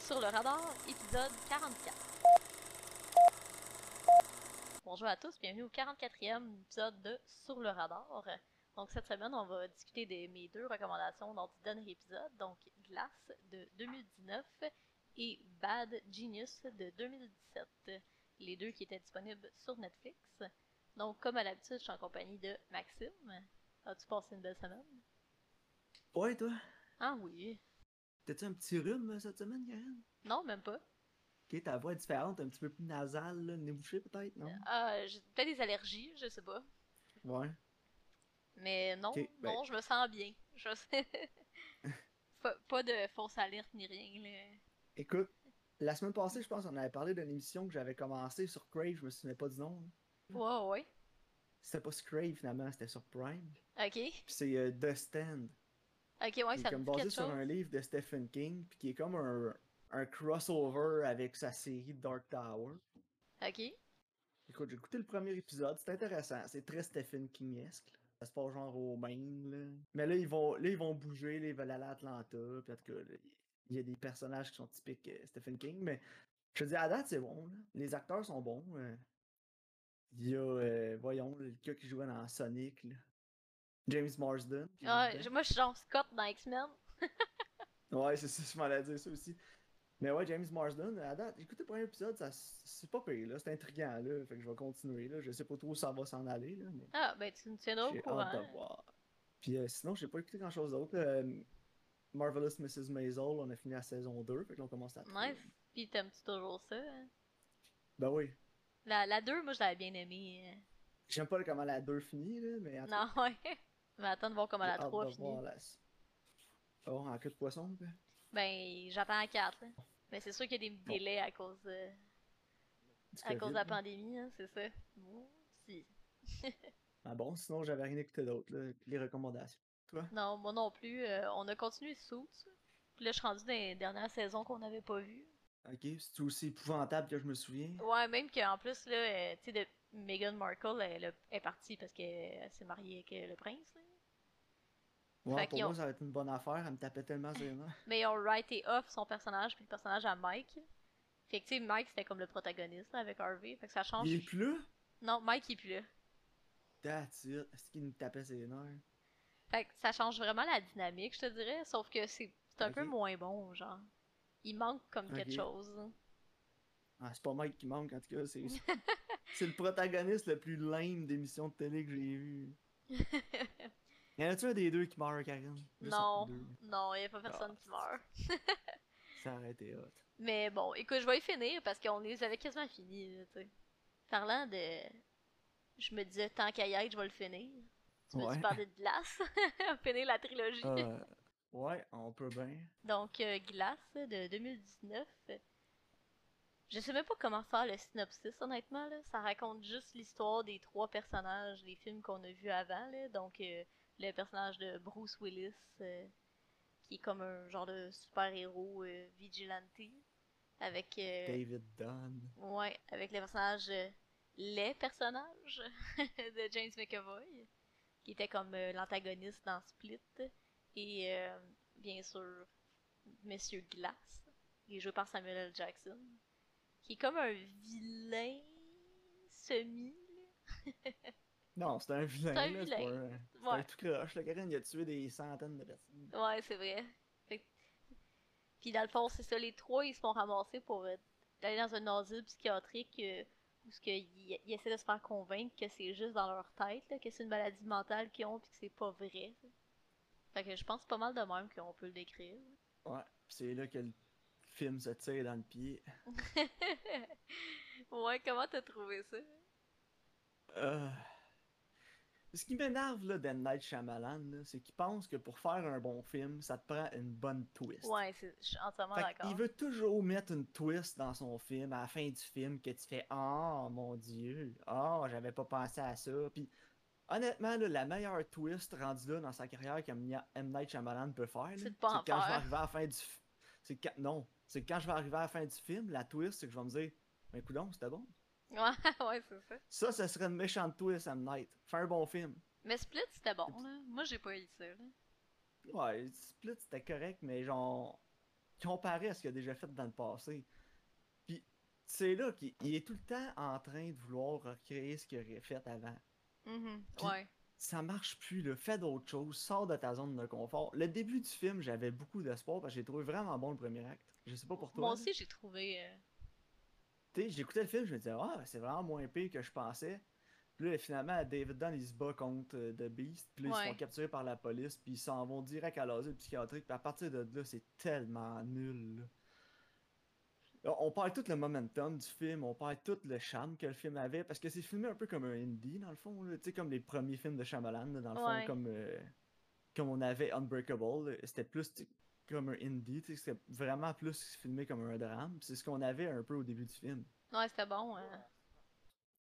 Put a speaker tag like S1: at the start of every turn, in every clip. S1: Sur le radar, épisode 44. Bonjour à tous, bienvenue au 44e épisode de Sur le radar. Donc cette semaine, on va discuter de mes deux recommandations dans le dernier épisode, donc Glace de 2019 et Bad Genius de 2017, les deux qui étaient disponibles sur Netflix. Donc comme à l'habitude, je suis en compagnie de Maxime. As-tu passé une belle semaine?
S2: Ouais, toi,
S1: Ah oui.
S2: t'as-tu un petit rhume euh, cette semaine, Karen?
S1: Non, même pas.
S2: Ok, ta voix est différente, un petit peu plus nasale, là, le nez bouché peut-être, non?
S1: Ah, j'ai peut-être des allergies, je sais pas.
S2: Ouais.
S1: Mais non,
S2: Ok, ben-
S1: non, je me sens bien. Je sais. pas, pas de fausse alerte ni rien. là.
S2: Écoute, la semaine passée, je pense, on avait parlé d'une émission que j'avais commencée sur Crave, je me souvenais pas du nom. hein.
S1: Ouais,
S2: C'était pas sur Crave finalement, c'était sur Prime.
S1: ouais. Ok.
S2: Puis c'est euh, The Stand,
S1: Ok, ouais,
S2: qui
S1: ça me
S2: est comme
S1: dit
S2: basé
S1: quelque
S2: sur
S1: chose.
S2: un livre de Stephen King, puis qui est comme un, un crossover avec sa série Dark Tower.
S1: Ok.
S2: Écoute, j'ai écouté le premier épisode, c'est intéressant, c'est très Stephen King-esque. là. Ça se passe genre au Maine, là. Mais là, ils vont, là, ils vont bouger, là, ils veulent aller à Atlanta, puis en tout cas, là, il y a des personnages qui sont typiques euh, Stephen King, mais je te dis, à date, c'est bon, là. Les acteurs sont bons. euh. Il y a, euh, voyons, le gars qui jouait dans Sonic, là. James Marsden. qui joue
S1: Ah,
S2: dedans.
S1: j- moi, je suis genre Scott dans X-Men.
S2: Ouais, c'est ça, je m'en allais dire ça aussi. Mais ouais, James Marsden, à date, écoutez le premier épisode, ça, c'est pas pire, là, c'est intriguant, là, fait que je vais continuer, là, je sais pas trop où ça va s'en aller, là, mais
S1: Ah, ben tu me tiendras au
S2: j'ai
S1: courant.
S2: hâte de voir. Puis euh, sinon, j'ai pas écouté grand-chose d'autre, euh, Marvelous Mrs. Maisel, on a fini la saison 2, fait que là, on commence à
S1: Nice. Puis t'aimes-tu toujours ça? hein?
S2: Ben oui,
S1: La, la 2, moi, je l'avais bien aimée. hein.
S2: j'aime pas comment la 2 finit, là, mais en tout cas,
S1: Non, ouais. Mais attends de voir comment
S2: Ah, j'ai
S1: la
S2: hâte
S1: 3
S2: de
S1: finit.
S2: voir la... Oh, en queue de poisson, quoi.
S1: Ben, j'attends la 4. Là. Mais c'est sûr qu'il y a des délais à cause, euh,
S2: du
S1: à cause de la
S2: COVID, là.
S1: pandémie, hein, c'est ça. Bon, si.
S2: Ah bon, sinon, j'avais rien écouté d'autre, là, les recommandations.
S1: Non, moi non plus. euh, on a continué sous. Puis là, je suis rendue dans les dernières saisons qu'on n'avait pas vues.
S2: Ok, c'est aussi épouvantable que je me souviens.
S1: Ouais, même qu'en plus, là, euh, tu sais, de- Meghan Markle, elle a- est partie parce qu'elle s'est mariée avec euh, le prince. là.
S2: Ouais,
S1: Fait
S2: pour
S1: qu'ils
S2: moi,
S1: ont-
S2: ça va être une bonne affaire. Elle me tapait tellement sur les nerfs.
S1: Mais ils ont write et off son personnage, puis le personnage à Mike. Fait que, tu sais, Mike, c'était comme le protagoniste là, avec Harvey. Fait que ça change.
S2: Il est plus là?
S1: Non, Mike, il est plus là.
S2: That's it. Est-ce qu'il nous tapait sur les nerfs?
S1: Fait que ça change vraiment la dynamique, je te dirais. Sauf que c'est c'est un peu
S2: Ok.
S1: moins bon, genre. Il manque comme quelque
S2: Ok.
S1: chose.
S2: Ah, c'est pas Mike qui manque, en tout cas. C'est, c'est le protagoniste le plus lame d'émission de télé que j'ai vu. y en a-tu un des deux qui meurt, Karen? Juste
S1: Non,
S2: un des deux.
S1: non, il n'y a pas personne
S2: Ah,
S1: qui meurt.
S2: Ça aurait été hot.
S1: Mais bon, écoute, je vais y finir parce qu'on les avait quasiment finis, là, tu sais. Parlant de. Je me disais, tant qu'à y être, je vais le finir. Tu veux-tu
S2: Ouais.
S1: parler de glace Finir la trilogie.
S2: Euh, ouais, on peut bien.
S1: Donc, euh, Glace de 2019. Je sais même pas comment faire le synopsis, honnêtement. Là. Ça raconte juste l'histoire des trois personnages des films qu'on a vus avant. Là. Donc, euh, le personnage de Bruce Willis, euh, qui est comme un genre de super-héros euh, vigilante, avec euh,
S2: David Dunn.
S1: Ouais, avec le personnage, euh, les personnages de James McAvoy, qui était comme euh, l'antagoniste dans Split, et euh, bien sûr, Monsieur Glass, qui est joué par Samuel L. Jackson, qui est comme un vilain semi.
S2: Non, c'est un vilain.
S1: C'est un
S2: là,
S1: vilain.
S2: pas un- c'est
S1: là.
S2: un tout croche. là, Karen, il a tué des centaines de personnes.
S1: Ouais, ouais c'est vrai. Fait que- Puis dans le fond, c'est ça, les trois, ils se font ramasser pour euh, aller dans un asile psychiatrique euh, où ce que ils, ils essaient de se faire convaincre que c'est juste dans leur tête, là, que c'est une maladie mentale qu'ils ont puis que c'est pas vrai. ça. Fait que je pense pas mal de même qu'on peut le décrire.
S2: Ouais, pis c'est là que le film se tire dans le pied.
S1: ouais, comment t'as trouvé ça?
S2: Euh, Ce qui m'énerve là d'M. Night Shyamalan, là, c'est qu'il pense que pour faire un bon film, ça te prend une bonne twist.
S1: Ouais, c'est- je suis entièrement
S2: Fait
S1: d'accord.
S2: il veut toujours mettre une twist dans son film, à la fin du film, que tu fais « Oh, mon Dieu! Oh, j'avais pas pensé à ça! » Puis honnêtement, là, la meilleure twist rendue là dans sa carrière que M. Night Shyamalan peut faire, là,
S1: C'est de
S2: c'est
S1: pas en
S2: quand je vais
S1: faire.
S2: arriver à la fin du... fi- C'est quand... Non, c'est quand je vais arriver à la fin du film, la twist, c'est que je vais me dire « Mais coudonc, c'était bon!
S1: Ouais, ouais, c'est ça. »
S2: Ça, ça serait une méchante twist, M. Night. Fais un bon film.
S1: Mais Split, c'était bon, là. Moi, j'ai pas eu ça, là.
S2: Ouais, Split c'était correct, mais genre. comparé à ce qu'il a déjà fait dans le passé. Puis c'est là qu'il il est tout le temps en train de vouloir recréer ce qu'il aurait fait avant.
S1: Mhm,
S2: Puis-
S1: ouais.
S2: Ça marche plus, là. Fais d'autres choses, sors de ta zone de confort. Le début du film, j'avais beaucoup d'espoir parce que j'ai trouvé vraiment bon le premier acte. Je sais pas pour toi.
S1: Moi
S2: là.
S1: aussi, j'ai trouvé. euh,
S2: Tu sais, j'écoutais le film, je me disais, ah, c'est vraiment moins pire que je pensais. Puis là, finalement, David Dunn, il se bat contre euh, The Beast. Puis là, ils se
S1: Ouais.
S2: font capturer par la police. Puis ils s'en vont direct à l'asile psychiatrique. Puis à partir de là, c'est tellement nul. là. Là, On perd tout le momentum du film, on perd tout le charme que le film avait, parce que c'est filmé un peu comme un indie, dans le fond, là. tu sais, comme les premiers films de Shyamalan, là, dans le
S1: Ouais.
S2: fond, comme, euh, comme on avait Unbreakable, là. c'était plus tu sais, comme un indie, tu sais, c'était vraiment plus filmé comme un drame, c'est ce qu'on avait un peu au début du film.
S1: Ouais, c'était bon. euh.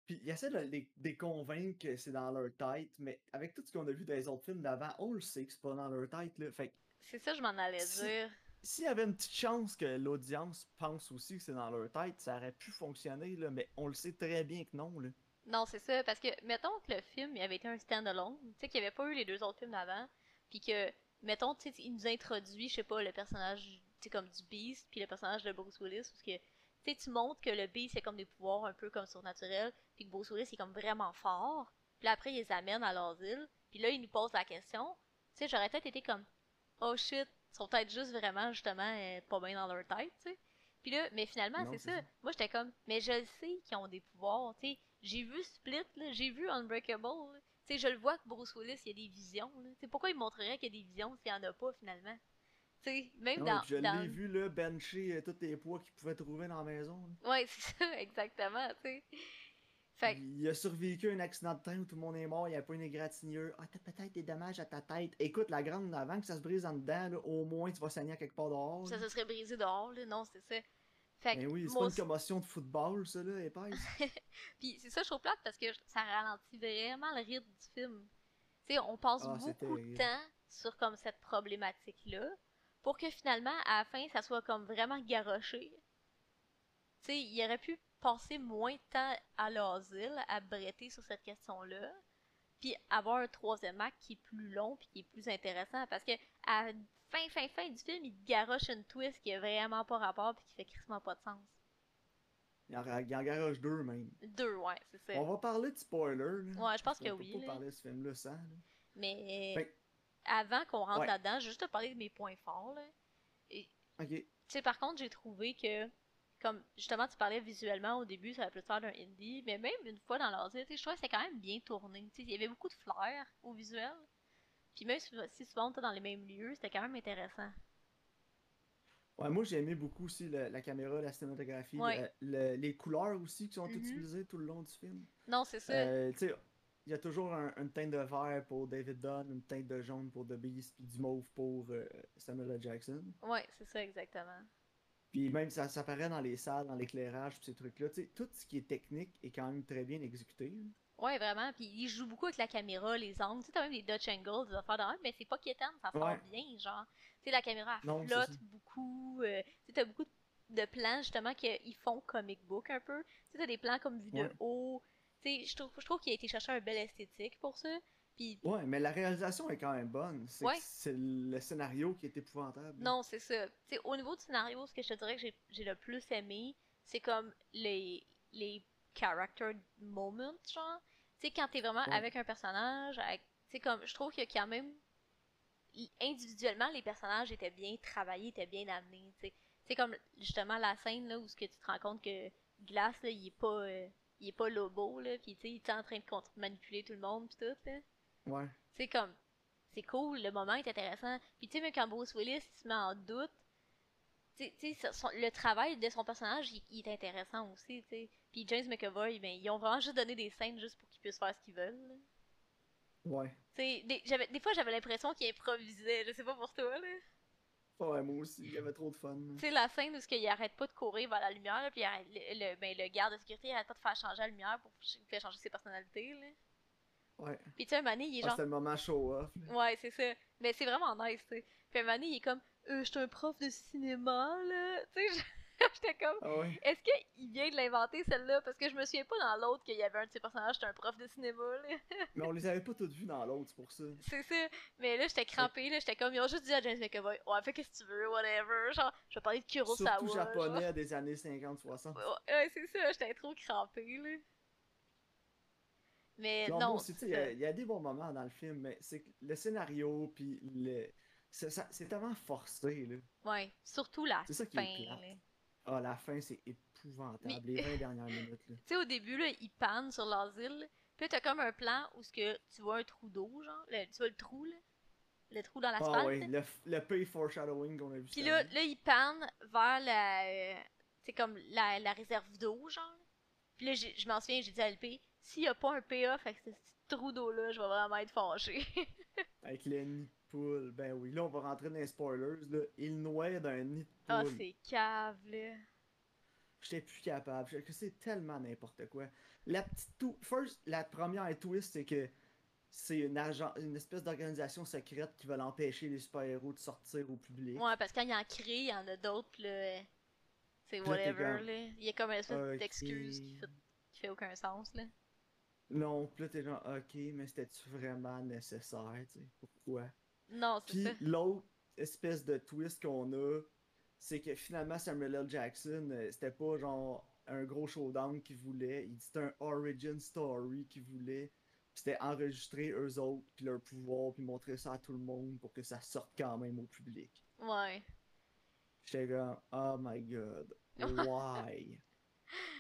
S2: Puis il essaie de les, de les convaincre que c'est dans leur tête, mais avec tout ce qu'on a vu dans les autres films d'avant, on le sait que c'est pas dans leur tête. Là. Fait que
S1: C'est ça, je m'en allais
S2: Si-
S1: dire.
S2: s'il y avait une petite chance que l'audience pense aussi que c'est dans leur tête, ça aurait pu fonctionner, là, mais on le sait très bien que non. Là.
S1: Non, c'est ça, parce que mettons que le film il avait été un stand-alone, tu sais, qu'il n'y avait pas eu les deux autres films d'avant, puis que, mettons, tu sais, il nous introduit, je sais pas, le personnage, tu sais, comme du Beast, puis le personnage de Bruce Willis, parce que, tu sais, tu montres que le Beast a comme des pouvoirs un peu comme surnaturels, puis que Bruce Willis est comme vraiment fort, puis là, après, il les amène à l'asile, puis là, il nous pose la question, tu sais, j'aurais peut-être été comme, oh shit, ils sont peut-être juste vraiment, justement, euh, pas bien dans leur tête, tu sais. Puis là, mais finalement,
S2: Non,
S1: c'est
S2: c'est
S1: ça.
S2: ça.
S1: Moi, j'étais comme, mais je le sais qu'ils ont des pouvoirs, tu sais. J'ai vu Split, là, j'ai vu Unbreakable, là. tu sais, je le vois que Bruce Willis, il y a des visions, là. Tu sais, pourquoi il montrerait qu'il y a des visions s'il n'y en a pas, finalement? Tu sais, même
S2: Non,
S1: dans...
S2: puis je
S1: dans-
S2: l'ai vu là, bencher euh, tous les poids qu'il pouvait trouver dans la maison. là.
S1: Ouais, c'est ça, exactement, tu sais. Fait que,
S2: Il a survécu à un accident de train où tout le monde est mort, il n'y a pas une égratignure. Ah, t'as peut-être des dommages à ta tête. Écoute, la grande, avant que ça se brise en dedans, là, au moins tu vas saigner à quelque part dehors.
S1: ça
S2: là.
S1: se serait brisé dehors, là. Non, c'est ça. Fait que,
S2: Ben oui, c'est
S1: moi
S2: pas une
S1: aussi-
S2: commotion de football, ça, là, épaisse.
S1: Puis c'est ça, je trouve plate parce que je- ça ralentit vraiment le rythme du film. Tu sais, on passe
S2: Ah, c'est
S1: beaucoup de
S2: terrible.
S1: temps sur comme cette problématique-là pour que finalement, à la fin, ça soit comme vraiment garoché. Tu sais, il aurait pu passer moins de temps à l'asile, à bretter sur cette question-là, puis avoir un troisième acte qui est plus long puis qui est plus intéressant parce que à la fin, fin, fin du film, il te garoche une twist qui a vraiment pas rapport puis qui fait crissement pas de sens.
S2: Il en, il en garage deux, même.
S1: Deux, ouais, c'est ça.
S2: On va parler de spoiler, là.
S1: Ben. Ouais, je pense
S2: On
S1: que
S2: peut
S1: oui.
S2: pas
S1: là.
S2: parler de ce film-là sans, là.
S1: Mais
S2: Fait-
S1: avant qu'on rentre
S2: Ouais.
S1: là-dedans, je vais juste te parler de mes points forts. là.
S2: Ok.
S1: Tu sais, par contre, j'ai trouvé que, comme justement, tu parlais visuellement au début, ça va plus faire d'un indie, mais même une fois dans l'ordi, tu sais, je trouvais que c'était quand même bien tourné. Tu sais, il y avait beaucoup de flair au visuel. Puis même si si souvent on était dans les mêmes lieux, c'était quand même intéressant.
S2: Ouais, moi, j'ai aimé beaucoup aussi le- la caméra, la cinématographie,
S1: Ouais.
S2: le- le- les couleurs aussi qui sont toutes
S1: Mhm.
S2: utilisées tout le long du film.
S1: Non, c'est ça.
S2: Euh, tu sais, il y a toujours un- une teinte de vert pour David Dunn, une teinte de jaune pour The Beast, puis du mauve pour euh, Samuel L. Jackson.
S1: Ouais, c'est ça, exactement.
S2: Puis même, ça, ça apparaît dans les salles, dans l'éclairage, puis ces trucs-là. Tu sais, tout ce qui est technique est quand même très bien exécuté. là.
S1: Ouais, vraiment. Puis il joue beaucoup avec la caméra, les angles. Tu sais, t'as même des Dutch angles, des affaires de même, mais c'est pas quétaine, ça sort
S2: Ouais.
S1: bien, genre. Tu sais, la caméra, elle
S2: Non, c'est
S1: flotte
S2: ça.
S1: beaucoup. euh, tu sais, t'as beaucoup de plans, justement, qu'ils font comic book un peu. Tu sais, t'as des plans comme vue de
S2: Ouais.
S1: haut. Tu sais, je trouve, je trouve qu'il a été chercher un bel esthétique pour ça. Puis
S2: Ouais, mais la réalisation est quand même bonne. C'est que
S1: Ouais.
S2: c'est le scénario qui est épouvantable.
S1: Non, c'est ça. Tu sais, au niveau du scénario, ce que je te dirais que j'ai- j'ai le plus aimé, c'est comme les, les character moments, genre. Tu sais, quand t'es vraiment
S2: Ouais.
S1: avec un personnage, avec- tu sais, comme, je trouve que quand même, i- individuellement, les personnages étaient bien travaillés, étaient bien amenés, tu sais. Tu sais, comme, justement, la scène, là, où ce que tu te rends compte que Glace, là, il est pas, euh, il est pas lobo, là, pis tu sais, il est en train de contre- manipuler tout le monde, pis tout, là
S2: Ouais.
S1: c'est comme c'est cool le moment est intéressant puis tu sais même quand Bruce Willis il se met en doute tu sais- tu sais son- son- le travail de son personnage il, il est intéressant aussi tu sais puis James McAvoy ben ils ont vraiment juste donné des scènes juste pour qu'ils puissent faire ce qu'ils veulent là.
S2: Ouais.
S1: tu sais des, j'avais- des fois j'avais l'impression qu'ils improvisaient je sais pas pour toi là
S2: Ah Ouais, moi aussi, j'avais trop de fun. là.
S1: tu sais la scène où ce qu'il arrête pas de courir vers la lumière là, puis il arrête- le, le- ben, le garde de sécurité il arrête pas de faire changer la lumière pour faire changer ses personnalités là
S2: Ouais.
S1: puis tu sais un moment donné, il est
S2: Ah,
S1: genre
S2: C'était le moment show-off. là.
S1: Ouais, c'est ça. Mais c'est vraiment nice, tu sais. Puis à un moment donné, il est comme, euh, je suis un prof de cinéma, là. Tu sais, je- J'étais comme.
S2: Ah ouais.
S1: Est-ce qu'il vient de l'inventer celle-là? Parce que je me souviens pas dans l'autre qu'il y avait un de ses personnages, c'était un prof de cinéma. là.
S2: Mais on les avait pas toutes vues dans l'autre, c'est pour ça.
S1: C'est ça. Mais là, j'étais crampée, là, j'étais comme, ils ont juste dit à James McAvoy, ouais, fais qu'est-ce que tu veux, whatever. Genre, je vais parler de Kurosawa.
S2: Surtout
S1: genre.
S2: japonais des années 50-60.
S1: Ouais, ouais, c'est ça, j'étais trop crampée, là. Mais
S2: Puis en
S1: non.
S2: gros, c'est- tu sais, euh, il y a- il y, a des bons moments dans le film, mais c'est que le scénario, puis le... c'est ça- c'est tellement forcé, là.
S1: Ouais, surtout la
S2: C'est ça qui est
S1: fin.
S2: plate.
S1: là.
S2: Ah, la fin, c'est épouvantable,
S1: Mais-
S2: les 20 dernières minutes, là.
S1: Tu sais, au début, là, ils pannent sur l'asile. Puis là, t'as comme un plan où ce que tu vois un trou d'eau, genre. le- tu vois le trou, là. Le trou dans l'asphalte.
S2: Ah oui, le, f- le pay foreshadowing qu'on a vu.
S1: Puis
S2: cette
S1: là,
S2: année.
S1: là, ils pannent vers la. euh, tu sais, comme la, la réserve d'eau, genre. Puis là, j'ai- je m'en souviens, j'ai dit à LP, s'il y a pas un payoff avec ce petit trou d'eau-là, je vais vraiment être fâchée.
S2: Avec le nid de poule, ben oui. Là, on va rentrer dans les spoilers, là. Il noie d'un nid
S1: Ah,
S2: de poule.
S1: c'est cave, là.
S2: J'étais plus capable. Je- que C'est tellement n'importe quoi. La petite tou- First, la première twist, c'est que c'est une, agent... une espèce d'organisation secrète qui veut l'empêcher les super-héros de sortir au public.
S1: Ouais, parce que quand il en crée, il y en a d'autres, puis là. C'est
S2: Puis là, t'es
S1: whatever,
S2: comme,
S1: là. Il y a comme une espèce
S2: Ok.
S1: d'excuse qui fait, qui fait aucun sens, là.
S2: Non, pis là t'es genre, ok, mais c'était-tu vraiment nécessaire, tu sais, pourquoi?
S1: Non, c'est
S2: Puis
S1: ça.
S2: l'autre espèce de twist qu'on a, c'est que finalement Samuel L. Jackson, euh, c'était pas genre un gros showdown qu'il voulait, il c'était un origin story qu'il voulait. Puis C'était enregistrer eux autres, puis leur pouvoir, puis montrer ça à tout le monde pour que ça sorte quand même au public.
S1: Ouais.
S2: J'étais comme, oh my god, why?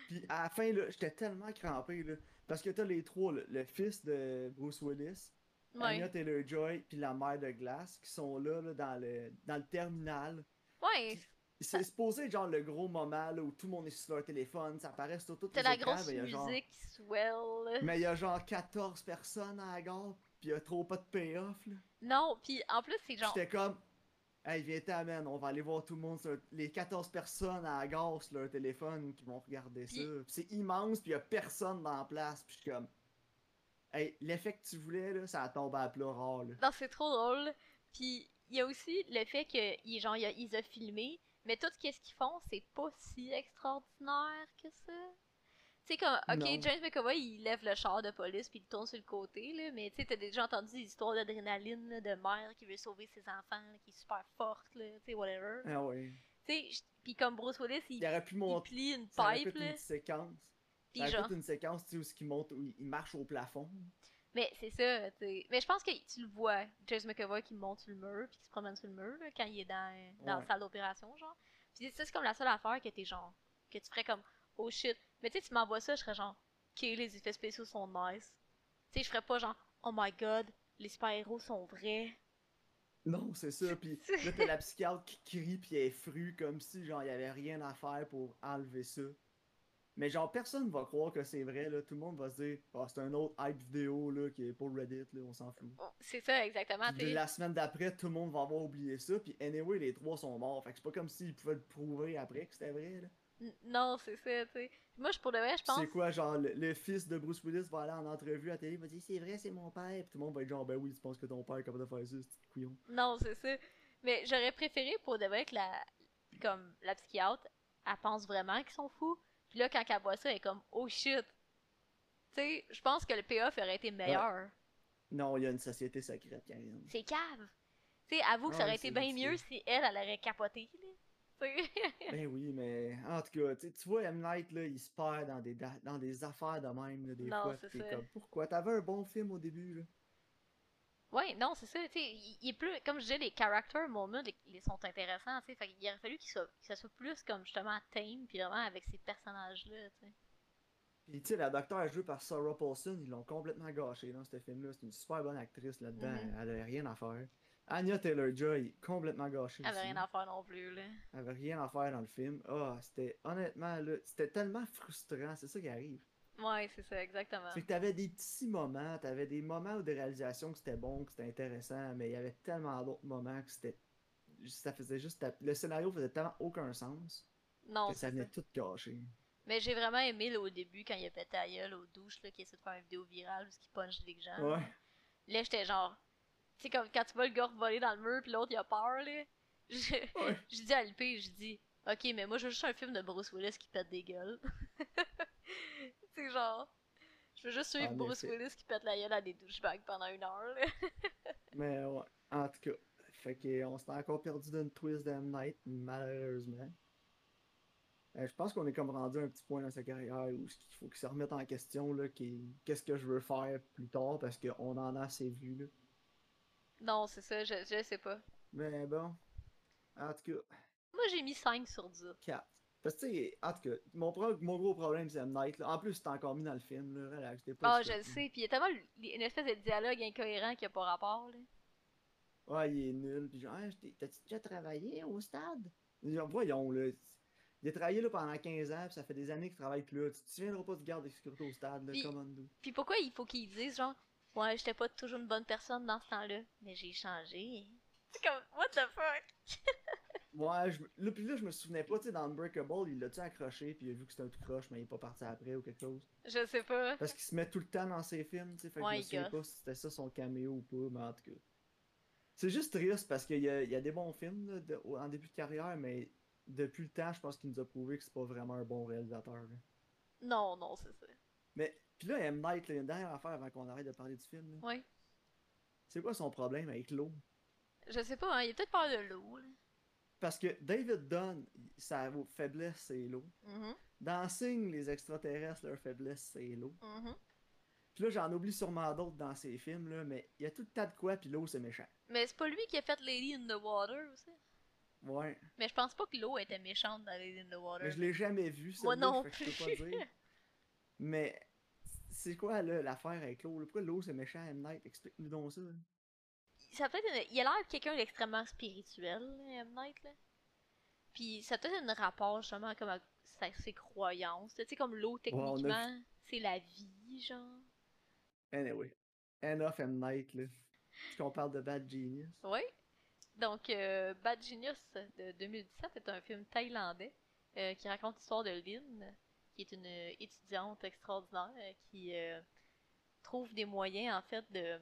S2: Puis à la fin, là, j'étais tellement crampé, là, parce que t'as les trois, là, le fils de Bruce Willis,
S1: Ouais.
S2: Anya Taylor-Joy, puis la mère de Glace, qui sont là, là, dans, le, dans le terminal.
S1: Ouais.
S2: C'est supposé être genre le gros moment là, où tout le monde est sur leur téléphone, ça apparaît sur tout
S1: T'as la grosse musique qui swell, là.
S2: Mais il y a genre 14 personnes à la gare, puis il y a trop pas de payoff. là.
S1: Non, puis en plus, c'est genre.
S2: J'étais comme, hey, viens t'en, man, on va aller voir tout le monde, sur- les 14 personnes à la gare sur leur téléphone qui vont regarder
S1: Puis-
S2: ça. Puis c'est immense, puis il y a personne dans la place, puis je suis comme, hey, l'effet que tu voulais, là, ça tombe à plat rare. Là.
S1: Non, c'est trop drôle. Puis il y a aussi le fait que ils- genre, il y a- ils ont filmé, mais tout ce qu'ils font, c'est pas si extraordinaire que ça. Tu sais, comme, ok,
S2: Non.
S1: James McAvoy, il lève le char de police puis il tourne sur le côté, là, mais tu sais, t'as déjà entendu des histoires d'adrénaline, là, de mère qui veut sauver ses enfants, là, qui est super forte, là, tu sais, whatever.
S2: Ah ouais.
S1: Tu sais, je- puis comme Bruce Willis, il,
S2: Il aurait pu
S1: il
S2: monter.
S1: plie une
S2: Ça aurait pu
S1: pipe,
S2: être
S1: là,
S2: une séquence.
S1: puis
S2: Ça aurait pu
S1: genre.
S2: être une séquence tu sais, où ce qui monte, où il- il marche au plafond.
S1: Mais c'est ça, tu sais. Mais je pense que tu le vois, James McAvoy qui monte sur le mur, puis qui se promène sur le mur, là, quand il est dans, dans la
S2: Ouais.
S1: salle d'opération, genre. Puis ça, c'est comme la seule affaire que t'es genre, que tu ferais comme, oh shit. Mais tu sais, tu m'envoies ça, je serais genre, ok, les effets spéciaux sont nice. Tu sais, je ferais pas genre, oh my god, les super-héros sont vrais.
S2: Non, c'est ça. Puis
S1: C'est-
S2: là, t'as la psychiatre qui crie puis elle est frue comme si genre il y avait rien à faire pour enlever ça. Mais genre personne va croire que c'est vrai là. Tout le monde va se dire, Ah, c'est un autre hype vidéo là qui est pour Reddit là, on s'en fout.
S1: Oh, C'est ça, exactement,
S2: Puis
S1: tu
S2: la semaine d'après, tout le monde va avoir oublié ça. Puis anyway, les trois sont morts. Fait que c'est pas comme s'ils pouvaient le prouver après que c'était vrai. Là.
S1: Non, c'est ça, tu sais. Moi, je pour de vrai, je
S2: Puis
S1: pense.
S2: C'est quoi, genre, le, le fils de Bruce Willis va aller en entrevue à télé, il va dire c'est vrai, c'est mon père. Puis tout le monde va être genre, ben oui, tu penses que ton père est capable de faire ça, ce petit couillon.
S1: Non, c'est ça. Mais j'aurais préféré pour de vrai que la, comme, la psychiatre, elle pense vraiment qu'ils sont fous. Puis là, quand elle voit ça, elle est comme « Oh shit! » Tu sais, je pense que le payoff aurait été meilleur.
S2: Non, il y a une société secrète, quand même.
S1: C'est cave! Tu sais, avoue que ça
S2: Ouais,
S1: aurait
S2: c'est
S1: été bien
S2: ridicule.
S1: mieux si elle, elle aurait capoté, là. Tu sais.
S2: Ben oui, mais en tout cas, tu sais, tu vois, M. Night, là, il se perd dans des, da- dans des affaires de même, là, des
S1: Non,
S2: fois.
S1: c'est
S2: puis t'es
S1: ça.
S2: comme, pourquoi T'avais un bon film au début, là.
S1: Ouais, non, c'est ça, tu sais, il il est plus, comme je disais, les character moments, les- ils sont intéressants, tu sais, fait qu'il aurait fallu qu'il soit, que ça soit plus comme, justement, tame, puis vraiment avec ces personnages-là, tu sais.
S2: Puis, tu sais, la docteur jouée par Sarah Paulson, ils l'ont complètement gâchée dans ce film-là. C'est une super bonne actrice là-dedans,
S1: Mhm.
S2: elle avait rien à faire. Anya Taylor-Joy, complètement gâchée.
S1: Elle avait
S2: aussi.
S1: rien à faire non plus, là.
S2: Elle avait rien à faire dans le film. Ah, c'était honnêtement, là, c'était tellement frustrant, c'est ça qui arrive.
S1: Ouais, c'est ça, exactement.
S2: C'est que t'avais des petits moments, t'avais des moments où des réalisations que c'était bon, que c'était intéressant, mais il y avait tellement d'autres moments que c'était. Ça faisait juste. tap- Le scénario faisait tellement aucun sens
S1: Non,
S2: que ça
S1: c'est
S2: venait
S1: ça.
S2: tout gâcher.
S1: Mais j'ai vraiment aimé là, au début quand il a pété à gueule aux douches là, qui essaie de faire une vidéo virale parce qu'il punch des gens.
S2: Ouais.
S1: Là j'étais genre. Tu sais comme quand tu vois le gars voler dans le mur puis l'autre il a peur là. Je,
S2: Ouais.
S1: je dis à LP, je dis Ok, mais moi, je veux juste un film de Bruce Willis qui pète des gueules. c'est genre. Je veux juste suivre
S2: En
S1: Bruce
S2: effet.
S1: Willis qui pète la gueule à des douchebags pendant une heure. là.
S2: Mais ouais, en tout cas. Fait que on s'est encore perdu d'une twist de M. Night, malheureusement. Euh, je pense qu'on est comme rendu à un petit point dans sa carrière où ce qu'il faut qu'il se remette en question, là, qui- qu'est-ce que je veux faire plus tard, parce qu'on en a assez vu, là.
S1: Non, c'est ça, je, je sais pas.
S2: Mais bon, en tout cas,
S1: Moi, j'ai mis 5 sur 10.
S2: 4. Parce que, tu sais, en tout cas, mon, pro- mon gros problème, c'est M. Night. là. En plus, c'est encore mis dans le film, là. Relax, t'es pas
S1: Ah, je
S2: excité.
S1: le sais, puis il y a tellement l- une espèce de dialogue incohérent qui a pas rapport, là.
S2: Ouais, il est nul. Puis genre, Hein, je t'ai- t'as-tu déjà travaillé au stade? Genre, voyons, là. Il a travaillé là pendant 15 ans, puis ça fait des années qu'il travaille plus là. Tu te souviendras pas du garde de sécurité au stade, là,
S1: Puis-
S2: commando.
S1: Puis pourquoi il faut qu'ils disent, genre, ouais, j'étais pas toujours une bonne personne dans ce temps-là, mais j'ai changé. C'est comme, what the fuck?
S2: Ouais, je, me- là, puis là, je me souvenais pas, tu sais, dans Unbreakable, il l'a-tu accroché, puis il a vu que c'était un tout croche, mais il est pas parti après ou quelque chose.
S1: Je sais pas.
S2: Parce qu'il se met tout le temps dans ses films, tu sais, fait que
S1: Ouais,
S2: je me
S1: il
S2: souviens
S1: gosse.
S2: pas si c'était ça son caméo ou pas, mais en tout cas. C'est juste triste parce qu'il y a, il y a des bons films là, de- au- en début de carrière, mais depuis le temps, je pense qu'il nous a prouvé que c'est pas vraiment un bon réalisateur. hein. là.
S1: Non, non, c'est ça.
S2: Mais, puis là, M. Night, là, il y a une dernière affaire avant qu'on arrête de parler du film. là.
S1: Ouais.
S2: C'est quoi son problème avec l'eau?
S1: Je sais pas, hein, il a peut-être peur de l'eau, là.
S2: Parce que David Dunn, sa faiblesse, c'est l'eau.
S1: Mhm,
S2: Dans Signe, les extraterrestres, leur faiblesse, c'est l'eau.
S1: mhm.
S2: Puis là, j'en oublie sûrement d'autres dans ces films, là, mais il y a tout le tas de quoi, puis l'eau, c'est méchant.
S1: Mais c'est pas lui qui a fait Lady in the Water aussi.
S2: Ouais.
S1: Mais je pense pas que l'eau était méchante dans Lady in the Water.
S2: Mais je l'ai jamais vu,
S1: Moi
S2: celui-là,
S1: non
S2: fait que je peux pas dire. Mais c'est quoi, là, l'affaire avec l'eau? là? Pourquoi l'eau, c'est méchant, M. Night? Explique-nous donc ça. là.
S1: ça a peut-être une- il a l'air de quelqu'un d'extrêmement spirituel, là, M. Night, là. Puis ça a peut-être un rapport justement comme à sa- ses croyances. là. Tu sais, comme l'eau,
S2: on a vu-
S1: techniquement, c'est la vie, genre.
S2: Anyway. Enough, M. Night, là. Est-ce qu'on parle de Bad Genius?
S1: Oui. Donc, euh, Bad Genius de 2017 est un film thaïlandais euh, qui raconte l'histoire de Lynn, qui est une euh, étudiante extraordinaire euh, qui euh, trouve des moyens, en fait, de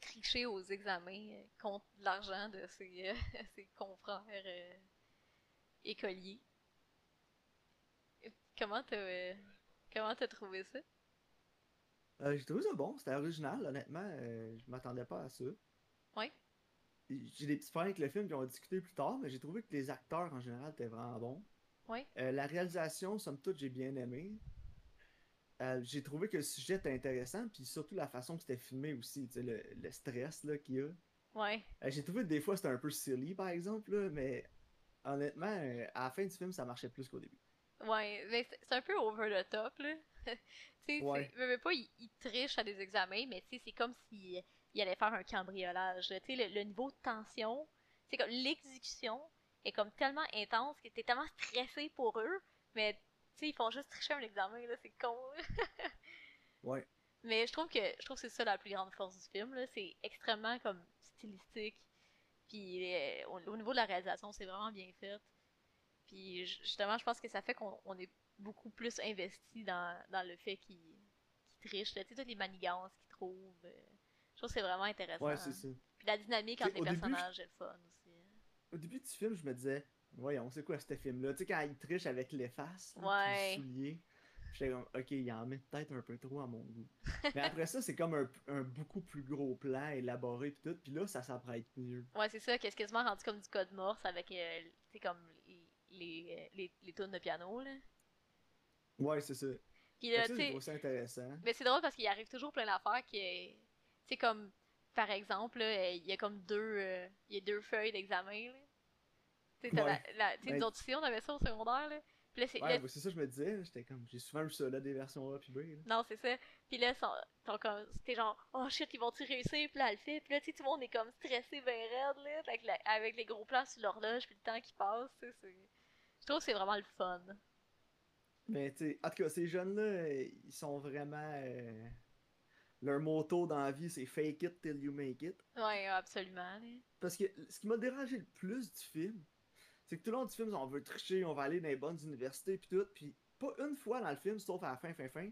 S1: tricher aux examens euh, contre l'argent de ses, euh, ses confrères euh, écoliers. Et Comment t'as euh, comment t'as trouvé ça?
S2: Euh, j'ai trouvé ça bon, c'était original, honnêtement. euh, je m'attendais pas à ça.
S1: Ouais.
S2: J'ai des petits problèmes avec le film, puis on va discuter plus tard, mais j'ai trouvé que les acteurs en général étaient vraiment bons.
S1: Ouais.
S2: Euh, la réalisation, somme toute, j'ai bien aimé. Euh, j'ai trouvé que le sujet était intéressant, puis surtout la façon que c'était filmé aussi, tu sais, le, le stress là, qu'il y a.
S1: Ouais.
S2: Euh, j'ai trouvé que des fois c'était un peu silly, par exemple, là, mais honnêtement, euh, à la fin du film, ça marchait plus qu'au début.
S1: Ouais, mais c'est- c'est un peu over the top, là. tu sais,
S2: Ouais.
S1: c'est- veux, veux pas, il, il triche à des examens, mais tu sais, c'est comme s'il il allait faire un cambriolage. là. Tu sais, le, le niveau de tension, c'est comme l'exécution est comme tellement intense que t'es tellement stressé pour eux, mais tu sais, ils font juste tricher un examen, là, c'est con, là.
S2: Ouais.
S1: Mais je trouve que je trouve que c'est ça la plus grande force du film là, c'est extrêmement comme stylistique. Puis euh, au, au niveau de la réalisation, c'est vraiment bien fait. Puis ju- justement, je pense que ça fait qu'on on est beaucoup plus investi dans, dans le fait qu'il qu'il triche, là. tu sais toutes les manigances qu'il trouve. euh, je trouve que c'est vraiment intéressant.
S2: Ouais, c'est ça.
S1: Puis la dynamique
S2: Tu sais,
S1: entre les
S2: au début,
S1: personnages est le fun aussi. hein.
S2: Au début du film, je me disais, voyons, c'est quoi ce film-là? Tu sais, quand il triche avec les faces, là,
S1: Ouais.
S2: puis le soulier, j'étais comme, ok, il en met peut-être un peu trop à mon goût. Mais après ça, c'est comme un, un beaucoup plus gros plan élaboré, puis tout, puis là, ça s'apprête mieux.
S1: Ouais, c'est ça, qu'est-ce quasiment rendu comme du code morse avec euh, tu sais, comme les, les, euh, les, les tunes de piano là.
S2: Ouais, c'est ça.
S1: Puis
S2: Fait que
S1: là,
S2: ça,
S1: tu
S2: j'ai
S1: sais,
S2: trouvé ça intéressant.
S1: Mais c'est drôle parce qu'il arrive toujours plein d'affaires qui est. Tu sais, comme. Par exemple, là, euh, il y a comme deux. euh, il y a deux feuilles d'examen, là. Tu sais, t'as
S2: Ouais.
S1: la- la- tu sais, nous
S2: Ben-
S1: autres ici, on avait ça au secondaire, là. Puis là, c'est.
S2: Ouais,
S1: là-
S2: bah, c'est ça, que je me disais, j'étais comme, j'ai souvent vu ça, là, des versions A puis B. là.
S1: non, c'est ça. Puis là, sont, sont comme. C'était genre, oh shit, ils vont-tu réussir? Puis là, elle le fait. Puis là, tu sais, tout le monde est comme stressé, ben raide, là. Fait que la- avec les gros plans sur l'horloge, puis le temps qui passe, tu sais, c'est. Je trouve que c'est vraiment le fun.
S2: Mais tu sais, en tout cas, ces jeunes-là, euh, ils sont vraiment. euh, Leur motto dans la vie, c'est fake it till you make it.
S1: Ouais, absolument, là.
S2: Parce que ce qui m'a dérangé le plus du film, c'est que tout le long du film, on veut tricher, on va aller dans les bonnes universités, puis tout, puis pas une fois dans le film, sauf à la fin, fin, fin,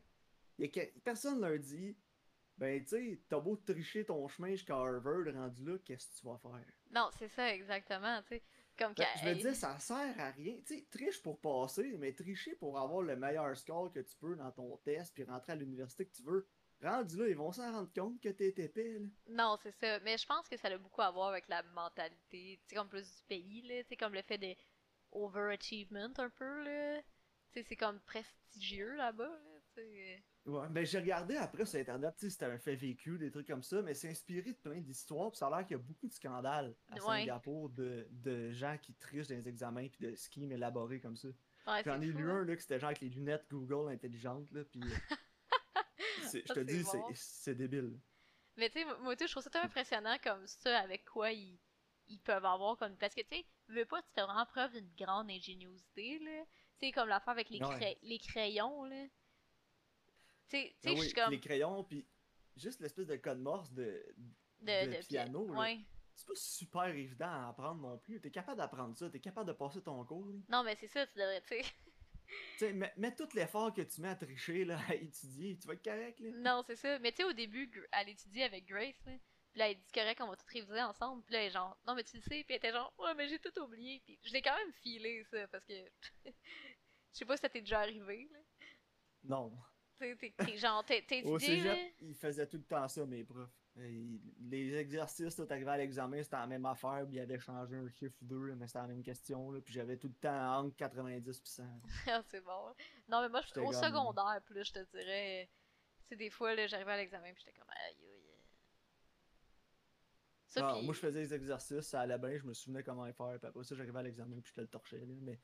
S2: y a que- personne leur dit, ben tu sais, t'as beau tricher ton chemin jusqu'à Harvard, rendu là, qu'est-ce que tu vas faire?
S1: Non, c'est ça, exactement, tu sais. Comme euh,
S2: Fait
S1: quand.
S2: que Ben, je me disais, ça sert à rien. Tu sais, triche pour passer, mais tricher pour avoir le meilleur score que tu peux dans ton test, puis rentrer à l'université que tu veux. Rendu là, ils vont s'en rendre compte que t'es épais, là.
S1: Non, c'est ça. Mais je pense que ça a beaucoup à voir avec la mentalité, tu sais, comme plus du pays, là. Tu sais, comme le fait des overachievement un peu, là. Tu sais, c'est comme prestigieux là-bas, là. tu sais.
S2: Ouais, ben j'ai regardé après sur Internet, tu sais, c'était un fait vécu, des trucs comme ça, mais c'est inspiré de plein d'histoires, puis ça a l'air qu'il y a beaucoup de scandales à
S1: Ouais.
S2: Singapour de, de gens qui trichent dans les examens, puis de schemes élaborés comme ça.
S1: Ouais,
S2: J'en
S1: c'est
S2: ai
S1: fou,
S2: lu
S1: hein.
S2: un, là, que c'était genre avec les lunettes Google intelligentes, là, puis... euh, c'est- Je
S1: Ça,
S2: te
S1: c'est
S2: dis, c'est-
S1: bon.
S2: c'est débile.
S1: Mais tu sais, moi, tu sais, je trouve ça tellement impressionnant comme ça, avec quoi ils, ils peuvent avoir comme. Parce que tu sais, veux pas, tu fais vraiment preuve d'une grande ingéniosité, là. Tu sais, comme l'affaire avec les,
S2: Ouais.
S1: cray- les crayons, là. Tu sais, tu
S2: Ah
S1: sais, je
S2: oui,
S1: suis comme.
S2: Les crayons, puis juste l'espèce de code morse de...
S1: De,
S2: de
S1: de-
S2: piano, là.
S1: Ouais.
S2: C'est pas super évident à apprendre non plus. T'es capable d'apprendre ça, t'es capable de passer ton cours, là.
S1: Non, mais c'est ça, tu devrais, tu sais.
S2: Tu sais, mets, mets tout l'effort que tu mets à tricher, là, à étudier, tu vas être correct, là.
S1: Non, c'est ça. Mais tu sais, au début, Gr- elle étudie avec Grace, là. Puis là, elle dit correct, on va tout réviser ensemble. Puis là, elle est genre, non, mais tu le sais. Puis elle était genre, ouais, mais j'ai tout oublié. Puis je l'ai quand même filé, ça, parce que. Je sais pas si ça t'est déjà arrivé, là.
S2: Non.
S1: Tu sais, t'es- t'es genre, t'es t'es
S2: Au
S1: étudié, hein? là.
S2: cégep, ils faisaient tout le temps ça, mes profs. Et ils- Les exercices, là, t'arrivais à l'examen, c'était la même affaire, puis ils avaient changé un chiffre ou deux, mais c'était la même question, là, puis j'avais tout le temps entre 90 et 100.
S1: Ah, c'est bon. Non, mais moi, je,
S2: J'étais
S1: au
S2: comme-
S1: secondaire, plus, je te dirais. Tu sais, des fois, là, j'arrivais à l'examen, puis j'étais comme, aïe, aïe. aïe. Ça,
S2: Ah,
S1: puis-
S2: Moi, je faisais les exercices, ça allait bien, je me souvenais comment les faire, puis après ça, j'arrivais à l'examen, puis je te le torchais, là, mais...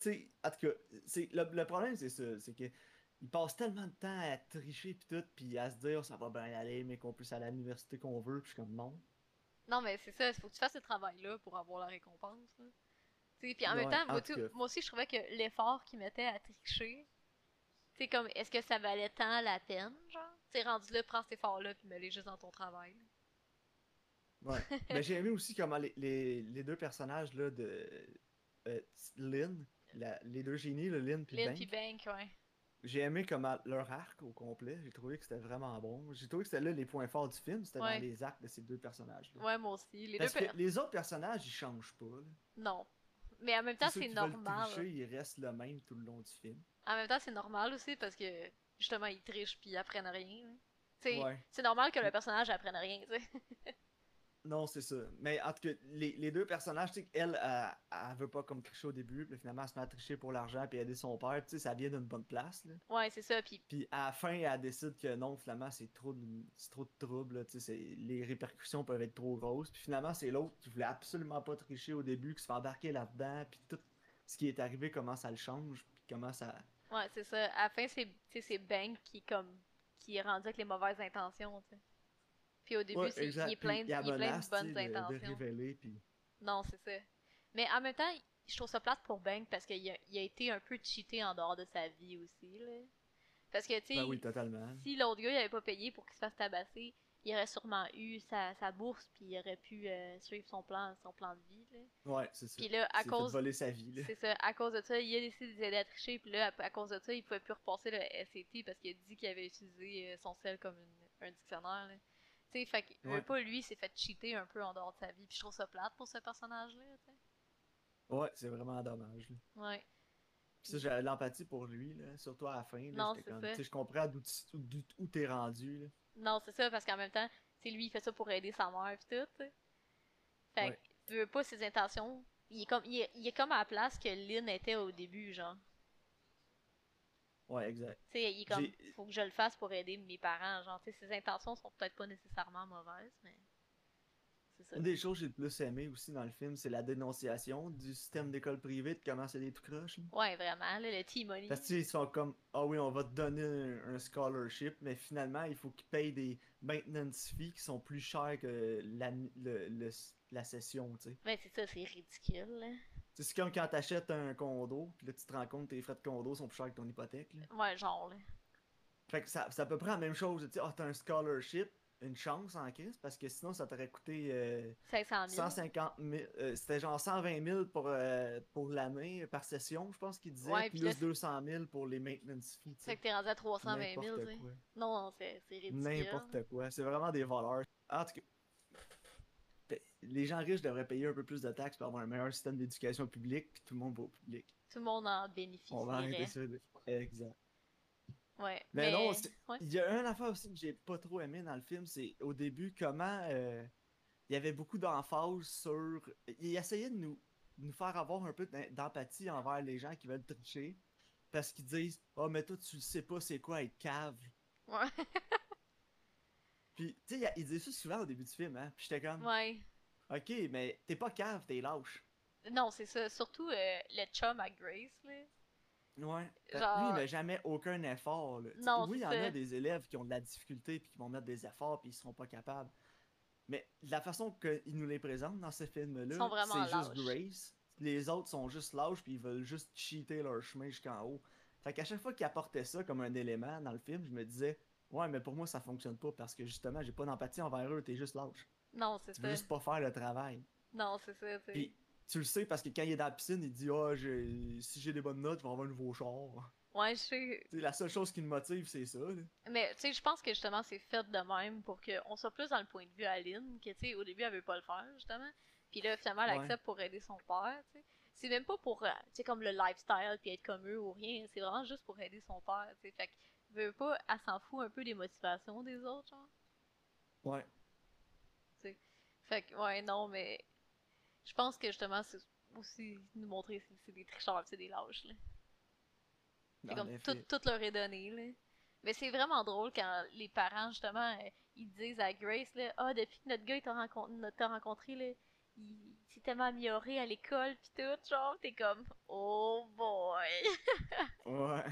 S2: tu sais, en tout cas, c'est- le, le problème, c'est ça, c'est que ils passent tellement de temps à tricher, puis tout, puis à se dire, ça va bien aller, mais qu'on puisse aller à l'université qu'on veut, puis je suis comme, non.
S1: Non, mais c'est ça, il faut que tu fasses ce travail-là pour avoir la récompense. là. Tu sais, Puis en même
S2: Ouais,
S1: temps,
S2: en
S1: moi,
S2: tout
S1: tu-
S2: cas.
S1: moi aussi, je trouvais que l'effort qu'ils mettaient à tricher, tu sais, comme, est-ce que ça valait tant la peine, genre? Tu sais, rendu là, prends cet effort-là, puis mets-les juste dans ton travail. là.
S2: Ouais. Mais j'ai aimé aussi comment les, les- les deux personnages là, de euh, Lynn, la- les deux génies, le Lynn puis
S1: Lynn
S2: Bank,
S1: puis Bank, ouais.
S2: j'ai aimé comment leur arc au complet, j'ai trouvé que c'était vraiment bon. J'ai trouvé que c'était là les points forts du film, c'était
S1: Ouais.
S2: dans les arcs de ces deux personnages-là.
S1: Ouais, moi aussi. Les deux
S2: Parce que
S1: per-
S2: les autres personnages, ils changent pas. là.
S1: Non. Mais en même temps,
S2: Ceux
S1: c'est
S2: qui veulent
S1: normal. hein.
S2: tricher, ils restent le même tout le long du film.
S1: En même temps, c'est normal aussi, parce que, justement, ils trichent, puis ils apprennent rien. là. Tu sais,
S2: Ouais.
S1: c'est normal que le personnage apprenne rien, tu sais.
S2: Non, c'est ça. Mais en tout cas, les, les deux personnages, tu sais, elle, elle, elle veut pas comme tricher au début, puis finalement, elle se met à tricher pour l'argent puis aider son père, tu sais, ça vient d'une bonne place. Là.
S1: Ouais, c'est ça, puis
S2: Puis à la fin, elle décide que non, finalement, c'est trop, de- c'est trop de troubles. là, tu sais, c'est- les répercussions peuvent être trop grosses. Puis finalement, c'est l'autre qui voulait absolument pas tricher au début, qui se fait embarquer là-dedans. Puis tout ce qui est arrivé, comment ça le change. Puis comment ça.
S1: Ouais, c'est ça. À la fin, c'est tu sais, c'est Bang qui, comme, qui est rendu avec les mauvaises intentions. tu sais. Puis au début,
S2: Ouais,
S1: c'est, il
S2: exact.
S1: est plein, de-
S2: Puis
S1: il est plein
S2: menace,
S1: de
S2: tu
S1: bonnes
S2: sais, de- de
S1: intentions.
S2: révéler, puis-
S1: non, c'est ça. Mais en même temps, je trouve ça plate pour Bang parce qu'il a, il a été un peu cheaté en dehors de sa vie aussi. Là. Parce que, tu sais,
S2: Ben oui, totalement.
S1: si l'autre gars il avait pas payé pour qu'il se fasse tabasser, il aurait sûrement eu sa, sa bourse puis il aurait pu euh, suivre son plan, son plan de vie. Là.
S2: Ouais, c'est ça.
S1: Puis là, à
S2: Il s'est fait
S1: cause
S2: voler sa vie, là.
S1: c'est ça, à cause de ça, il a décidé de les aider à tricher, puis là, à, à cause de ça, il pouvait plus repasser le SAT parce qu'il a dit qu'il avait utilisé euh, son sel comme une- un dictionnaire. là. Tu sais, fait que, veut
S2: Ouais.
S1: pas, lui, il s'est fait cheater un peu en dehors de sa vie, puis je trouve ça plate pour ce personnage-là, tu sais.
S2: Ouais, c'est vraiment dommage. là.
S1: Ouais.
S2: Puis ça, j'avais de l'empathie pour lui, là, surtout à la fin. là,
S1: Non,
S2: j'étais
S1: c'est
S2: comme,
S1: ça.
S2: tu sais, Je comprends d'où tu- d'où où t'es rendu. Là.
S1: Non, c'est ça, parce qu'en même temps, tu sais, lui, il fait ça pour aider sa mère, puis tout, tu sais. Fait
S2: Ouais.
S1: que, veut pas ses intentions. Il est, comme, il, est, il est comme à la place que Lynn était au début, genre.
S2: Ouais, exact.
S1: Tu sais, il est comme,
S2: J'ai-
S1: faut que je le fasse pour aider mes parents, genre. Tu sais, ses intentions sont peut-être pas nécessairement mauvaises, mais. C'est ça.
S2: Une des choses que j'ai le plus aimé aussi dans le film, c'est la dénonciation du système d'école privée de comment c'est des tout croches. là.
S1: Ouais, vraiment, là, le T-Money.
S2: Parce qu'ils sont comme Ah oui, on va te donner un, un scholarship, mais finalement, il faut qu'ils payent des maintenance fees qui sont plus chères que la, le- le- la session, tu sais.
S1: Mais Ben, c'est ça, c'est ridicule. là.
S2: Tu sais, C'est comme quand t'achètes un condo, puis là, tu te rends compte que tes frais de condo sont plus chers que ton hypothèque. là.
S1: Ouais, genre, là.
S2: Fait que ça, c'est à peu près la même chose. Tu sais, ah, t'as un scholarship, une chance en crise, parce que sinon, ça t'aurait coûté. euh,
S1: 500 000.
S2: 150 000, euh, c'était genre 120 000 pour, euh, pour l'année euh, par session, je pense qu'il disait,
S1: Ouais, puis
S2: plus
S1: là, c'est-
S2: 200 000 pour les maintenance fees. tu
S1: Fait
S2: sais.
S1: que t'es rendu à 320 000, tu
S2: N'importe
S1: sais.
S2: quoi.
S1: Non, non, c'est c'est ridicule.
S2: N'importe quoi. C'est vraiment des voleurs. En tout cas, les gens riches devraient payer un peu plus de taxes pour avoir un meilleur système d'éducation publique, puis tout le monde va au public.
S1: Tout le monde en bénéficie.
S2: On va arrêter ça. là. Exact.
S1: Ouais. Mais,
S2: Mais non, c'est-
S1: ouais.
S2: Il y a une affaire aussi que j'ai pas trop aimé dans le film, c'est au début comment euh, il y avait beaucoup d'emphase sur. Il essayait de nous, de nous faire avoir un peu d'em- d'empathie envers les gens qui veulent tricher. Parce qu'ils disent Oh, mais toi, tu sais pas c'est quoi être cave.
S1: Ouais.
S2: Puis, tu sais, il- il disait ça souvent au début du film, hein. Puis j'étais comme
S1: ouais.
S2: Ok, mais t'es pas cave, t'es lâche.
S1: Non, c'est ça. Surtout euh, le chum à Grace, là.
S2: Ouais. Fait que Lui,
S1: Genre-
S2: il met jamais aucun effort. là. Tu sais,
S1: Non,
S2: oui, il y
S1: c'est
S2: en a
S1: ça.
S2: des élèves qui ont de la difficulté puis qui vont mettre des efforts puis ils seront pas capables. Mais la façon qu'ils nous les présentent dans ce
S1: Ils
S2: film-là,
S1: sont vraiment
S2: c'est juste
S1: lâches.
S2: Grace. Les autres sont juste lâches puis ils veulent juste cheater leur chemin jusqu'en haut. Fait qu'à chaque fois qu'ils apportaient ça comme un élément dans le film, je me disais Ouais, mais pour moi, ça fonctionne pas parce que justement, j'ai pas d'empathie envers eux, t'es juste lâche.
S1: Non, c'est
S2: Tu veux
S1: ça.
S2: juste pas faire le travail.
S1: Non, c'est ça. tu sais.
S2: Puis tu le sais parce que quand il est dans la piscine, il dit Ah, j'ai- si j'ai des bonnes notes, je vais avoir un nouveau char.
S1: Ouais, je sais.
S2: C'est la seule chose qui me motive, c'est ça. là.
S1: Mais tu sais, je pense que justement, c'est fait de même pour qu'on soit plus dans le point de vue à Lynn, que tu sais, au début, elle veut pas le faire, justement. Puis là, finalement, elle
S2: Ouais.
S1: accepte pour aider son père, tu sais. C'est même pas pour, euh, tu sais, comme le lifestyle, puis être comme eux ou rien. C'est vraiment juste pour aider son père, tu sais. Fait que, veut pas, elle s'en fout un peu des motivations des autres, genre.
S2: Ouais.
S1: Fait que, ouais, non, mais je pense que justement, c'est aussi nous montrer que c'est des tricheurs, c'est des lâches, là. C'est
S2: En
S1: comme
S2: effet.
S1: tout, tout leur est donné, là. Mais c'est vraiment drôle quand les parents, justement, euh, ils disent à Grace, là, « Ah, depuis que notre gars, il t'a rencon- notre- t'a rencontré, là, il s'est tellement amélioré à l'école, pis tout, genre, t'es comme, « Oh boy!
S2: Ouais.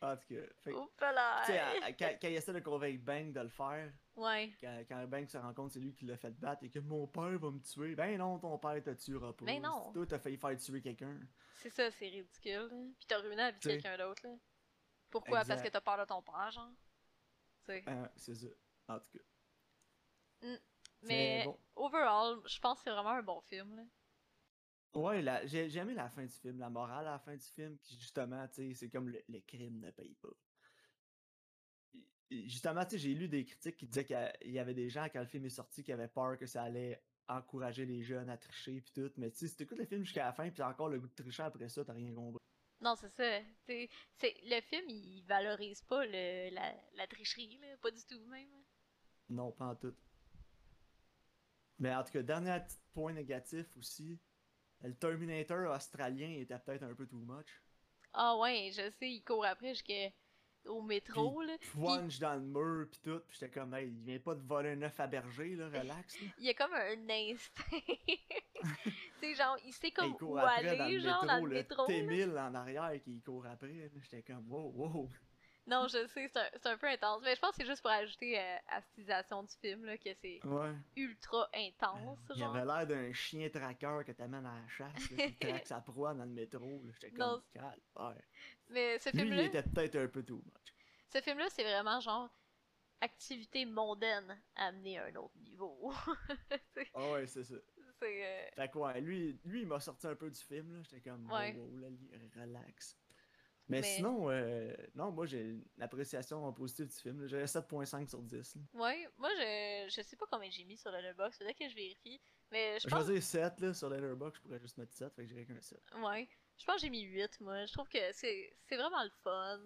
S2: En tout cas, fait que,
S1: Oups
S2: tu sais, à-
S1: là!
S2: à- quand, quand il essaie de convaincre Bang de le faire, »
S1: Ouais.
S2: quand, quand Bang se rend compte c'est lui qui l'a fait battre et que mon père va me tuer, ben non, ton père te tuera pas.
S1: Ben non.
S2: Toi, t'as failli faire tuer quelqu'un.
S1: C'est ça, c'est ridicule, là. Pis t'as ruiné la vie de
S2: T'sais.
S1: quelqu'un d'autre, là. Pourquoi? Parce
S2: Exact.
S1: que t'as peur de ton père, genre. T'sais.
S2: Ah, c'est ça. En tout cas.
S1: Mais,
S2: bon.
S1: overall, je pense que c'est vraiment un bon film, là.
S2: Ouais, la- j'ai j'ai aimé la fin du film, la morale à la fin du film, qui justement, tu sais, c'est comme le, le crime ne paye pas. Et- et Justement, tu sais, j'ai lu des critiques qui disaient qu'il y avait des gens, quand le film est sorti, qui avaient peur que ça allait encourager les jeunes à tricher puis tout. Mais tu sais, si t'écoutes le film jusqu'à la fin, puis t'as encore le goût de tricher après ça, t'as rien compris.
S1: Non, c'est ça. T'sais, c'est le film, il valorise pas le, la, la tricherie, là, pas du tout même.
S2: Non, pas en tout. Mais en tout cas, dernier petit point négatif aussi, le Terminator australien était peut-être un peu too much.
S1: Ah ouais, je sais, il court après jusqu'au métro, là.
S2: plunge dans le mur pis tout, pis j'étais comme hey, il vient pas de voler un œuf à berger là, relax. là.
S1: Il y a comme un instinct. T'sais, genre, il sait comme
S2: il court
S1: où
S2: après
S1: aller,
S2: dans le
S1: genre,
S2: métro,
S1: dans le
S2: le
S1: métro. là.
S2: T1000 en arrière qui court après, là. j'étais comme wow wow.
S1: Non, je sais, c'est un, c'est un peu intense. Mais je pense que c'est juste pour ajouter euh, à la stylisation du film, là, que c'est
S2: Ouais.
S1: ultra intense,
S2: Il
S1: Ah, genre.
S2: avait l'air d'un chien traqueur que t'amènes à la chasse, là, qui traque sa proie dans le métro, là. j'étais
S1: Non.
S2: comme calme.
S1: Mais ce
S2: Lui, il
S1: film-là,
S2: était peut-être un peu too much.
S1: ce film-là, c'est vraiment, genre, activité mondaine amenée à un autre niveau.
S2: Ah ouais, c'est ça.
S1: c'est... euh,
S2: Fait que ouais, lui, lui il m'a sorti un peu du film, là. J'étais comme
S1: Ouais.
S2: wow, wow, là, li- relax. Mais,
S1: Mais-
S2: sinon, euh, non, moi j'ai une appréciation positive du film. là. J'avais 7.5 sur 10. là.
S1: euh, Ouais, moi je, je sais pas combien j'ai mis sur le Letterboxd, faudrait que je vérifie. Mais je
S2: Je
S1: pense,
S2: vais dire 7 là, sur Letterboxd, je pourrais juste mettre 7, fait que j'irai qu'un 7.
S1: ouais, je pense que j'ai mis 8, moi. Je trouve que c'est c'est vraiment le fun.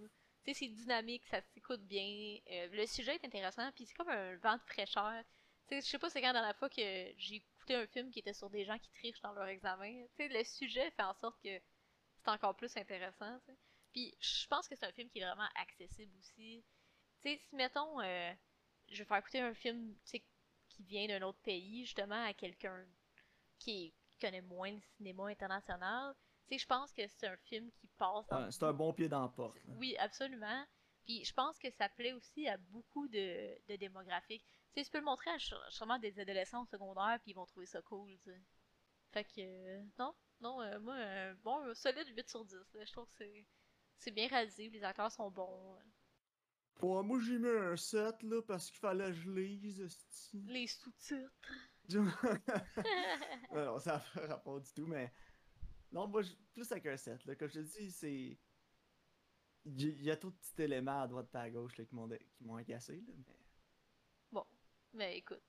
S1: Tu sais, c'est dynamique, ça s'écoute bien. euh, le sujet est intéressant, puis c'est comme un vent de fraîcheur. Tu sais, je sais pas c'est quand la dernière fois que j'ai écouté un film qui était sur des gens qui trichent dans leur examen. Tu sais, le sujet fait en sorte que c'est encore plus intéressant. tu sais. Puis je pense que c'est un film qui est vraiment accessible aussi. Tu sais, si mettons, euh, je vais faire écouter un film tu sais, qui vient d'un autre pays, justement, à quelqu'un qui connaît moins le cinéma international, tu sais, je pense que c'est un film qui passe dans
S2: Ouais, c'est un bon pied dans la porte. là.
S1: oui, absolument. Puis je pense que ça plaît aussi à beaucoup de, de démographiques. Tu sais, tu peux le montrer à sûre- sûrement des adolescents au secondaire, puis ils vont trouver ça cool, tu sais. Fait que, euh, non, non, euh, moi, euh, bon, un solide 8 sur 10, là. Je trouve que c'est, c'est bien réalisé, les acteurs sont bons. euh.
S2: Ouais, moi j'ai mis un 7 là parce qu'il fallait que je lise. esti.
S1: Les sous-titres.
S2: non, non, ça n'a pas rapport du tout, mais. Non, moi je- plus avec un 7. Là. Comme je te dis, c'est. Il y- il y a trop de petits éléments à droite et à gauche là, qui m'ont dé- qui m'ont agacé. Là, mais...
S1: bon, mais écoute.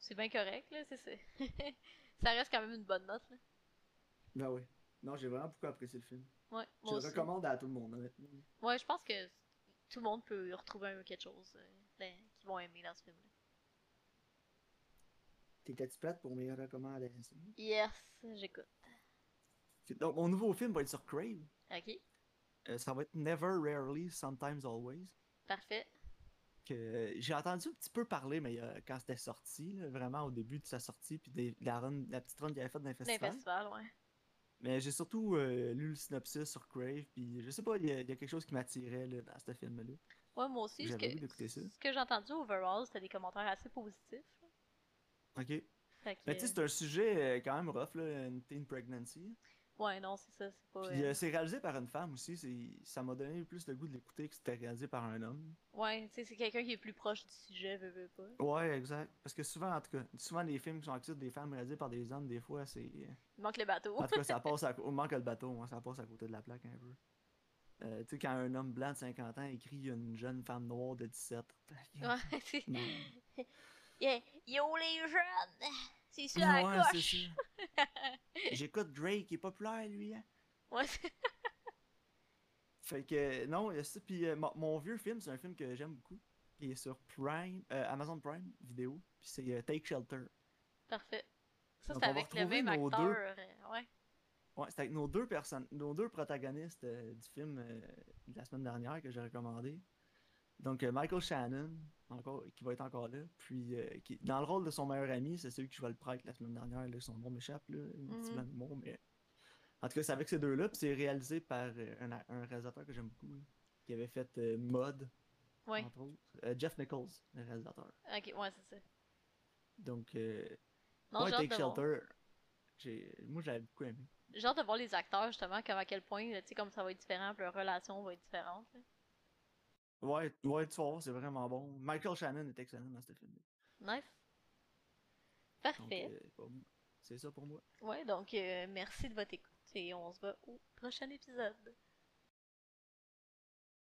S1: C'est bien correct, là. c'est- c'est- ça reste quand même une bonne note, là.
S2: Ben oui. Non, j'ai vraiment beaucoup apprécié le film.
S1: Ouais,
S2: Je
S1: moi
S2: le
S1: aussi.
S2: recommande à tout le monde, honnêtement.
S1: Ouais, je pense que tout le monde peut retrouver un quelque chose euh, dans- qu'ils vont aimer dans ce film-là.
S2: T'étais-tu prête pour mes recommandations?
S1: Yes, j'écoute.
S2: Donc, mon nouveau film va être sur Crave.
S1: Ok,
S2: Euh, ça va être Never, Rarely, Sometimes, Always.
S1: parfait.
S2: que euh, j'ai entendu un petit peu parler, mais euh, quand c'était sorti, là, vraiment au début de sa sortie, puis des- la, run- la petite run qu'il avait faite dans les
S1: D'un
S2: festivals.
S1: Ben, festival, ouais.
S2: Mais j'ai surtout euh, lu le synopsis sur Crave, puis je sais pas, il y, a il y a quelque chose qui m'attirait là, dans ce film-là.
S1: Ouais, moi aussi, ce
S2: J'avais goût
S1: que,
S2: d'écouter ça.
S1: ce que j'ai entendu overall, c'était des commentaires assez positifs. là.
S2: Ok.
S1: Fait que,
S2: Mais Ben, tu sais, c'est un sujet euh, quand même rough, là, une teen pregnancy.
S1: euh, ouais, non, c'est ça, c'est pas.
S2: Puis
S1: euh,
S2: euh, c'est réalisé par une femme aussi, c'est- ça m'a donné plus le goût de l'écouter que c'était réalisé par un homme.
S1: Ouais, tu sais, c'est quelqu'un qui est plus proche du sujet, veut, veut pas.
S2: Ouais, exact. Parce que souvent, en tout cas, souvent les films qui sont actifs des femmes réalisés par des hommes, des fois, c'est.
S1: Il manque le bateau.
S2: En tout cas, ça passe à... au manque le bateau, hein, ça passe à côté de la plaque un peu. Euh, tu sais, quand un homme blanc de 50 ans écrit une jeune femme noire de 17.
S1: Ouais, c'est.
S2: Non.
S1: Yeah. Yo les jeunes! C'est sûr, à
S2: Ouais,
S1: la
S2: c'est
S1: coche!
S2: ça. J'écoute Drake, il est populaire, lui. Hein?
S1: Ouais, c'est-
S2: Fait que, non, il y a ça. Puis euh, mon, mon vieux film, c'est un film que j'aime beaucoup. qui est sur Prime, euh, Amazon Prime vidéo. Puis c'est euh, Take Shelter.
S1: parfait. Ça,
S2: Donc,
S1: c'est
S2: on va
S1: avec le
S2: retrouver
S1: même
S2: nos
S1: acteur.
S2: deux.
S1: euh, Ouais.
S2: Ouais, c'est avec nos deux personnes, nos deux protagonistes euh, du film euh, de la semaine dernière que j'ai recommandé. Donc euh, Michael Shannon, encore, qui va être encore là, puis euh, qui, dans le rôle de son meilleur ami, c'est celui qui jouait le prêtre la semaine dernière, là, son nom m'échappe, là, un petit
S1: Mhm.
S2: blanc de mots, mais en tout cas c'est avec ces deux-là, puis c'est réalisé par euh, un, a- un réalisateur que j'aime beaucoup, là, qui avait fait euh, Mud,
S1: Ouais.
S2: entre autres, Euh, Jeff Nichols, le réalisateur.
S1: Ok, ouais, c'est ça.
S2: Donc euh,
S1: Non,
S2: ouais,
S1: j'ai hâte
S2: Take
S1: de voir.
S2: Shelter, j'ai- moi j'avais beaucoup aimé.
S1: J'ai hâte de voir les acteurs, justement, comme à quel point, là, tu sais, comme ça va être différent, puis leur relation va être différente. là.
S2: Ouais, ouais, tu vas voir, c'est vraiment bon. Michael Shannon est excellent dans ce film.
S1: Nice.
S2: Donc,
S1: Parfait.
S2: euh, pour moi, c'est ça pour moi.
S1: Ouais, donc euh, merci de votre écoute et on se voit au prochain épisode.